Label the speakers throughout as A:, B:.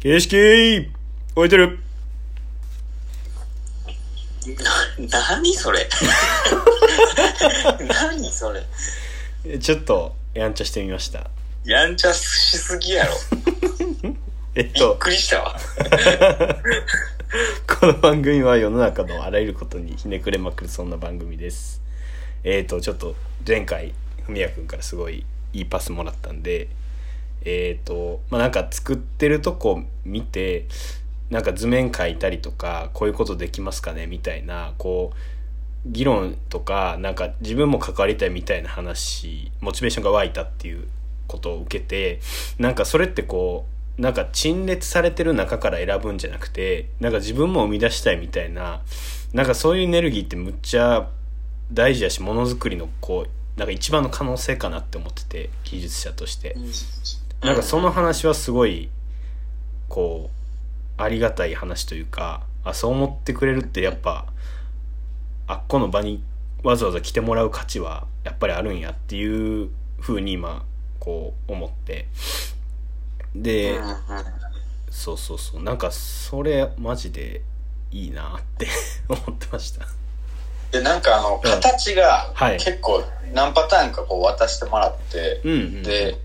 A: 景色置いてる
B: な、何 それ何それ
A: えちょっとやんちゃしてみました
B: やんちゃしすぎやろ。
A: えっ
B: びっ
A: と
B: くりしたわ。
A: この番組は世の中のあらゆることにひねくれまくるそんな番組ですえっ、とちょっと前回ふみやくんからすごいいいパスもらったんでえっ、とまあなんか作ってるとこ見てなんか図面描いたりとかこういうことできますかねみたいなこう議論とかなんか自分も関わりたいみたいな話モチベーションが湧いたっていうことを受けてなんかそれってこうなんか陳列されてる中から選ぶんじゃなくてなんか自分も生み出したいみたいななんかそういうエネルギーってむっちゃ大事やしものづくりのこうなんか一番の可能性かなって思ってて技術者として。なんかその話はすごいこうありがたい話というかあそう思ってくれるってやっぱあっこの場にわざわざ来てもらう価値はやっぱりあるんやっていうふうに今こう思って
B: うん
A: で、
B: うんうん
A: そうそうそうなんかそれマジでいいなって 思ってました
B: で、なんかあの、形が
A: はい
B: 結構何パターンかこう渡してもらって、
A: うん、うん、
B: で、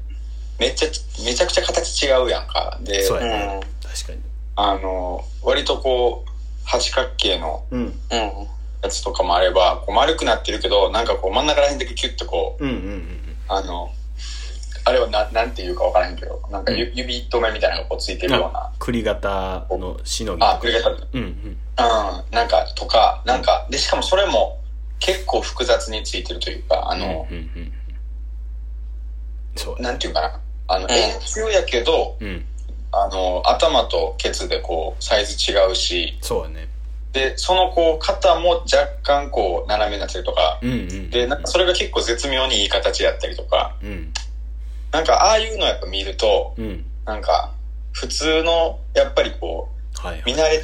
B: めっちゃ、めちゃくちゃ形違うやんか。で、
A: そうやね
B: うん
A: 確かに
B: あの、割とこう、八角形の
A: うん
B: やつとかもあれば、こう丸くなってるけど、なんかこう真ん中らへんだけキュッとこう、
A: うんうんうん
B: あの、あれはななんていうかわからへんけど、なんかゆ指止めみたいなのがこうついてるような、
A: 栗型のしのぎと
B: あ
A: か、
B: これが多分、
A: うんうん
B: うん、なんかとか、なんか、で、しかもそれも結構複雑についてるというか、あの、
A: うんうんうんうん、そうや
B: なんていうかな、あの、
C: ん
B: 円球やけど、
A: うん
B: あの、頭とケツでこう、サイズ違うし、
A: そうやね
B: で、そのこう、肩も若干こう、斜めになってるとか、
A: うんうん
B: で、なんかそれが結構絶妙にいい形やったりとか、
A: うん
B: なんかああいうのやっぱ見ると、
A: うん
B: なんか、普通の、やっぱりこう、
A: はいは
B: 見
A: い
B: 慣れ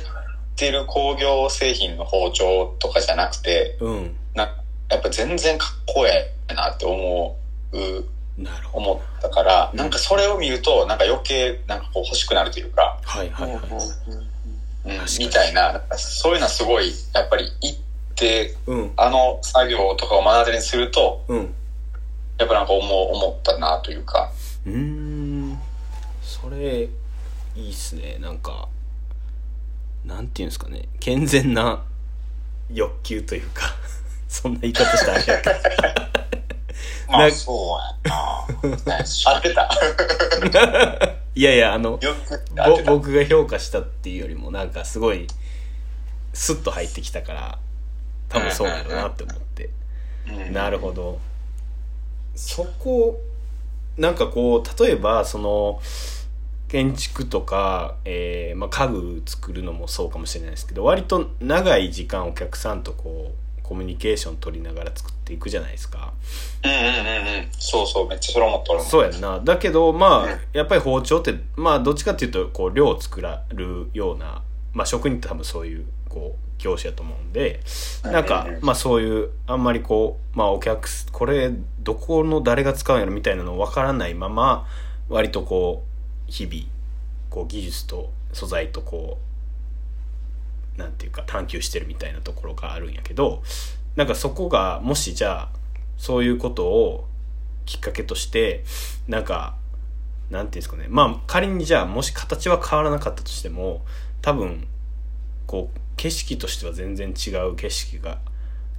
B: てる工業製品の包丁とかじゃなくて
A: うん
B: なやっぱ全然かっこええなって思う
A: なるほど
B: 思ったから
A: うん
B: なんかそれを見るとなんか余計なんかこう欲しくなるというか、
A: はいはいはい
B: うん
A: 確かに
B: みたいななんかそういうのはすごいやっぱり行って
A: うん
B: あの作業とかを目の当たりにすると
A: うん
B: やっぱなんか思う思ったなというか
A: うーんそれいいっすねなんかなんていうんですかね健全な欲求というか そんな言い方したらあれ やけどまあ
B: そうやな合ってた
A: いやいやあの
B: よく合っ
A: ぼ
B: てた
A: 僕が評価したっていうよりもなんかすごいスッと入ってきたから多分そうやろうなって思って
B: うん
A: なるほどそこなんかこう例えばその建築とか、えーまあ、家具作るのもそうかもしれないですけど割と長い時間お客さんとこうコミュニケーション取りながら作っていくじゃないですか
B: うんうんうんうんそうそうめっちゃそれ思った俺も
A: そうやんなだけどま
B: うん
A: あやっぱり包丁ってまあどっちかっていうとこう量を作らるような、まあ、職人って多分そういうこう業種やと思うんでなんか
B: うんうんうん
A: まあそういうあんまりこうまあお客すこれどこの誰が使うんやろみたいなの分からないまま割とこう日々こう技術と素材とこうなんていうか探求してるみたいなところがあるんやけどなんかそこがもしじゃあそういうことをきっかけとしてなんかなんていうんですかねまあ仮にじゃあもし形は変わらなかったとしても多分こう景色としては全然違う景色が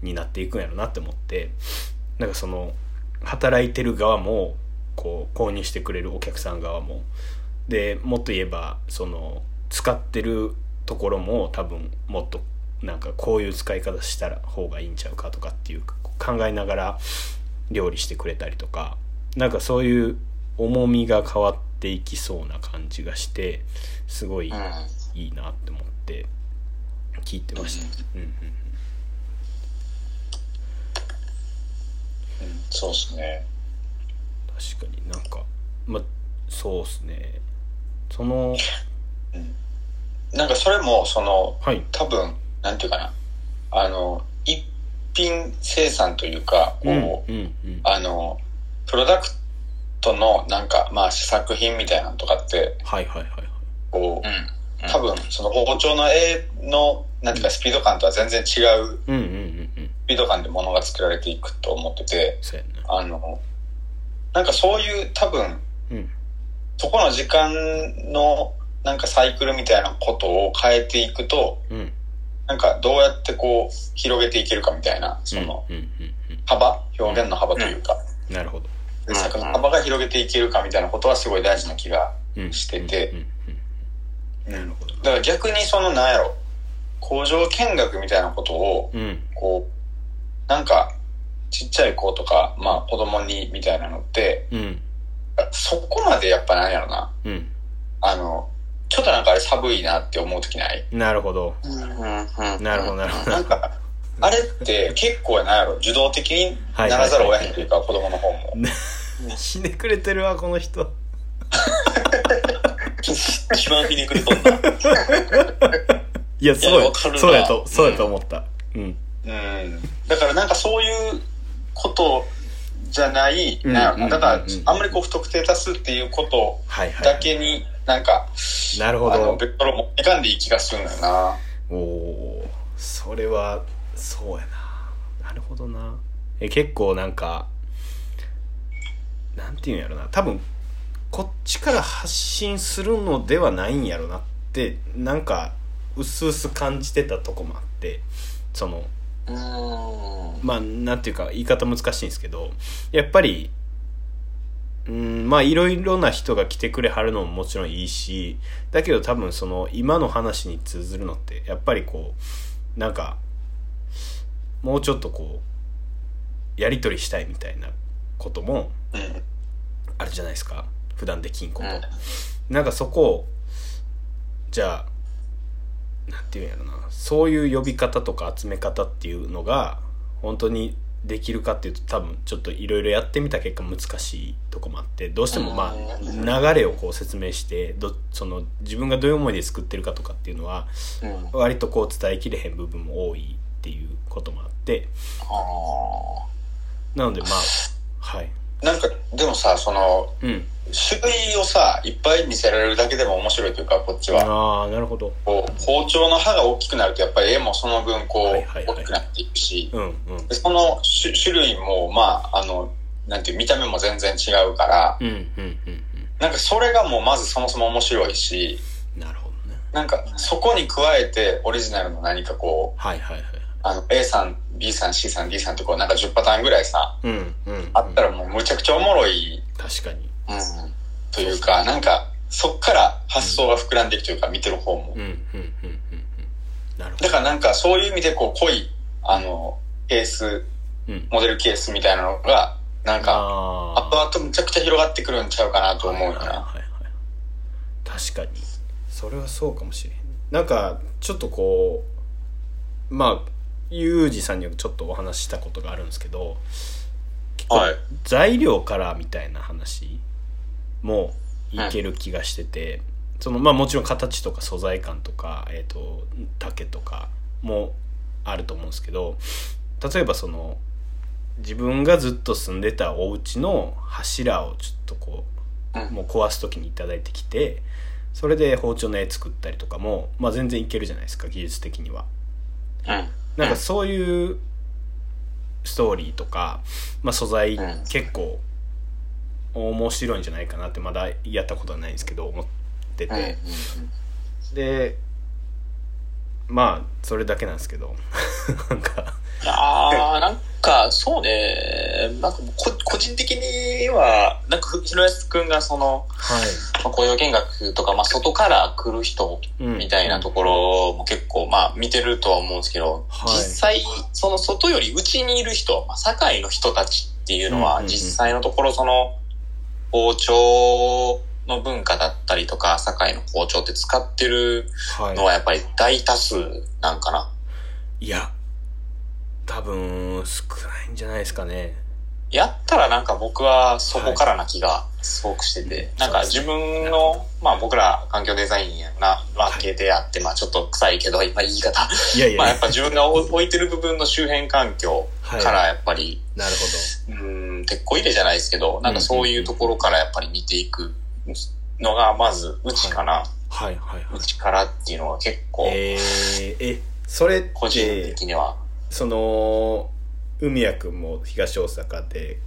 A: になっていくんやろなって思ってなんかその働いてる側もこう購入してくれるお客さん側もでもっと言えばその使ってるところも多分もっとなんかこういう使い方したら方がいいんちゃうかとかっていうこう考えながら料理してくれたりとかなんかそういう重みが変わっていきそうな感じがしてすごい、
B: うん
A: いいなって思って聞いてました、うんうん
B: そうですね。
A: 確かになんかまそうっすねその
B: なんかそれも、その、
A: はい
B: 多分、なんていうかな、あの、一品生産というか、こう、
A: うんうん
B: あの、プロダクトの、なんか、まあ、試作品みたいなのとかって、
A: はいはいはいはい
B: こう、
C: うん。
B: 多分その包丁の絵のなんていうかスピード感とは全然違う
A: うんうんうんうん
B: スピード感で物が作られていくと思ってて
A: そうやんな
B: あのなんかそういう多分
A: うん
B: そこの時間のなんかサイクルみたいなことを変えていくと
A: うん
B: なんかどうやってこう広げていけるかみたいなその
A: うんうんうんう
B: 幅表現の幅というか
A: んなるほど
C: うん
B: 作の幅が広げていけるかみたいなことはすごい大事な気が
A: うん
B: してて
A: うんうん
B: うん
A: るほど
B: だから逆にそのなんやろ工場見学みたいなことを
A: うんうん
B: こう、なんか、ちっちゃい子とか、まあ子供にみたいなのって、
A: うん
B: そこまでやっぱなんやろな。
A: うん
B: あの、ちょっとなんかあれ寒いなって思う時ない
A: なるほど
C: うん。うん。
A: なるほどなるほど
B: なんか、あれって結構なんやろ、受動的にならざるを得ないというか、子供の方も。
A: ひねくれてるわこの人
C: 一番ひねくれとんな。
A: いやすご
C: いや
A: い
C: わかるな
A: そうやとそうやと思ったうん
B: うん。だからなんかそういうことじゃない、
A: うん
B: なんやろなだか
A: うん
B: ら
A: うん、
B: あんまりこう不特定多数っていうこと
A: はいはい
B: だけになんか、
A: なるほ
B: あの、
A: ど
B: ベクトルもいかんでいい気がするんだよな。
A: おおーそれはそうやななるほどなえ結構なんかなんていうんやろな多分こっちから発信するのではないんやろなってなんかうすうす感じてたとこもあってその
C: うーん。
A: まあなんていうか言い方難しいんですけどやっぱりうんまあいろいろな人が来てくれはるのももちろんいいしだけど多分その今の話に通ずるのってやっぱりこうなんかもうちょっとこうやり取りしたいみたいなことも
B: うん。
A: あるじゃないですか普段できんこと、
C: うん
A: なんかそこをじゃあなんていうんやろなそういう呼び方とか集め方っていうのが本当にできるかっていうと多分ちょっといろいろやってみた結果難しいとこもあってどうしてもま
C: うん
A: あ流れをこう説明してどその自分がどういう思いで作ってるかとかっていうのは
C: うん。あ
A: 割とこう伝えきれへん部分も多いっていうこともあって
C: あ。
A: なのでまあはい
B: なんか、でもさ、その、
A: うん
B: 種類をさ、いっぱい見せられるだけでも面白いというか、こっちは。
A: ああなるほど
B: こう包丁の刃が大きくなると、やっぱり絵もその分、こう、
A: はいはいはい
B: 大きくなっていくし、
A: うんうん
B: でその種種類も、まあ、あの、なんていう、見た目も全然違うから、
A: うんうんうん
B: なんかそれがもうまずそもそも面白いし、
A: うんなるほどね
B: なんかそこに加えて、オリジナルの何かこう、
A: はいはいはい
B: あの、A さん、B さん、C さん、D さんってこう、なんか10パターンぐらいさ、
A: うんうん
B: あったらもうむちゃくちゃおもろい
A: 確かに
C: うん。
B: というか、なんか、そっから発想が膨らんでいくというか、見てる方も。
A: うんうんうんうんうんなるほ
B: だ
A: ど
B: からなんかそういう意味でこう濃い、あの、ケース、
A: うん
B: モデルケースみたいなのが、なんか、
A: あ
B: 後々むちゃくちゃ広がってくるんちゃうかな
A: ー
B: と思う
A: はい
B: よ
A: はい
B: な。
A: はいはい確かにそれはそうかもしれんなんかちょっとこうまあユージさんにもちょっとお話ししたことがあるんですけど結構
B: はい
A: 材料からみたいな話もいける気がしてて、そのまあもちろん形とか素材感とか、えー、と竹とかもあると思うんですけど例えばその自分がずっと住んでたお家の柱をちょっとこ
C: うん
A: うもう壊す時にいただいてきてそれで包丁の絵作ったりとかも、まあ、全然いけるじゃないですか技術的には。
C: うん。
A: なんかそういうストーリーとか、まあ、素材
C: うん
A: 結構面白いんじゃないかなってまだやったことはないんですけど思って
C: うん。
A: て、でまあそれだけなんですけど なんか
C: ああ、なんか、そうね。なんかこ、個人的には、なんか、ひろやすくんが、その、
A: はい、
C: まあ、雇用見学とか、まあ、外から来る人
A: うん
C: みたいなところも結構、まあ、見てるとは思うんですけど、
A: はい
C: 実際、その外より内にいる人、まあ、堺の人たちっていうの
A: うんうん
C: は、
A: うん
C: 実際のところ、その、包丁の文化だったりとか、堺の包丁って使ってる
A: はい
C: のはやっぱり大多数なんかな。
A: いや多分少ないんじゃないですかね
C: やったらなんか僕はそこからな気がすごくしてて、なんか自分の、まあ僕ら環境デザインやな、関係であって、まあちょっと臭いけど、今言い方、
A: いやいや、
C: まあやっぱ自分が置置いてる部分の周辺環境か
A: はい、
C: らやっぱり、
A: なる
C: うーん、鉄骨入れじゃないですけど、なんかそういうところからやっぱり見ていくのがまずうちかな。
A: はいはいはい。
B: 力っていうのは結構、
A: えー、え、それって、
B: 個人的には、
A: その海谷君も東大阪で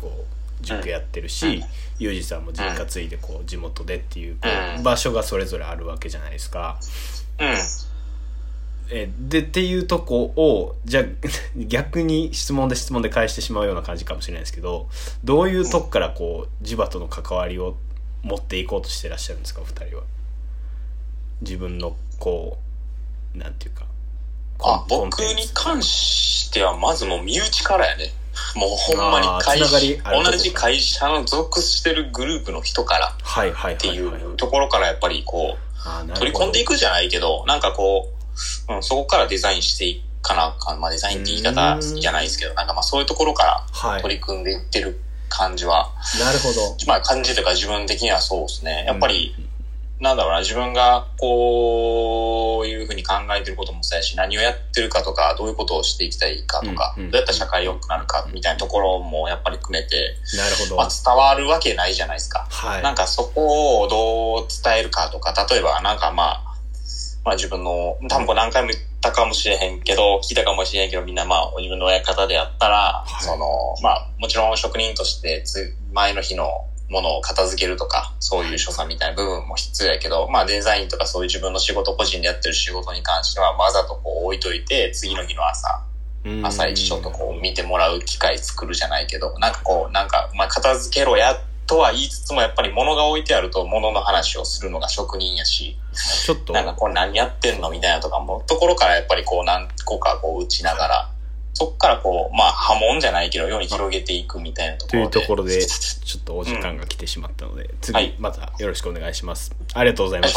A: こう塾やってるし、ユージさんも実家ついでこう地元でっていうこう
B: うん
A: 場所がそれぞれあるわけじゃないですか。
B: うん。
A: えでっていうとこをじゃあ 逆に質問で質問で返してしまうような感じかもしれないですけどどういうとこからこうジバとの関わりを持っていこうとしてらっしゃるんですかお二人は。自分のこうなんていうか。
B: あ、
A: コン
B: 僕
A: コンテンツ
B: に関しては、まずもう身内からやね。もうほんまに
A: あー
B: 会
A: つながりあるとこ
B: 同じ会社の属してるグループの人からっ
A: はいはい
B: て
A: はいいはいう
B: ところからやっぱりこう、
A: あーなるほど
B: 取り込んでいくじゃないけど、なんかこう、うん、そこからデザインしていかなあかん。まあデザインって言い方じゃないですけど、なんかまあそういうところか
A: は
B: ら
A: い
B: 取り組んでいってる感じは、
A: なるほど
B: まあ感じというか自分的にはそうですね。やっぱり、なんだろうな、自分がこういうふうに考えてることもそうやし、何をやってるかとか、どういうことをしていきたいかとか、
A: う
B: ど
A: んうん
B: うやったら社会良くなるかみたいなところもやっぱり含めて、
A: なるほど
B: まあ、伝わるわけないじゃないですか。
A: はい
B: なんかそこをどう伝えるかとか、例えばなんかまあ、まあ自分の、多分これ何回も言ったかもしれへんけど、聞いたかもしれへんけど、みんなまあ自分の親方であったら、
A: はい
B: その、まあもちろん職人としてつ前の日のものを片付けるとか、そういう所作みたいな部分も必要やけど、まあデザインとかそういう自分の仕事、個人でやってる仕事に関してはわざとこう置いといて、次の日の朝、
A: うん
B: 朝一ちょっとこう見てもらう機会作るじゃないけど、なんかこう、なんか、まあ片付けろやとは言いつつも、やっぱり物が置いてあると物の話をするのが職人やし、
A: ちょっと
B: なんかこう何やってんのみたいなとかも、ところからやっぱりこう何個かこう打ちながら、そっからこう、まあ波紋じゃないけど、世に広げていくみたいなとこと
A: い
B: ろ
A: うと
B: で。
A: ころでちょっとお時間が来てしまったので、次
B: はい
A: またよろしくお願いします、ありがとうございました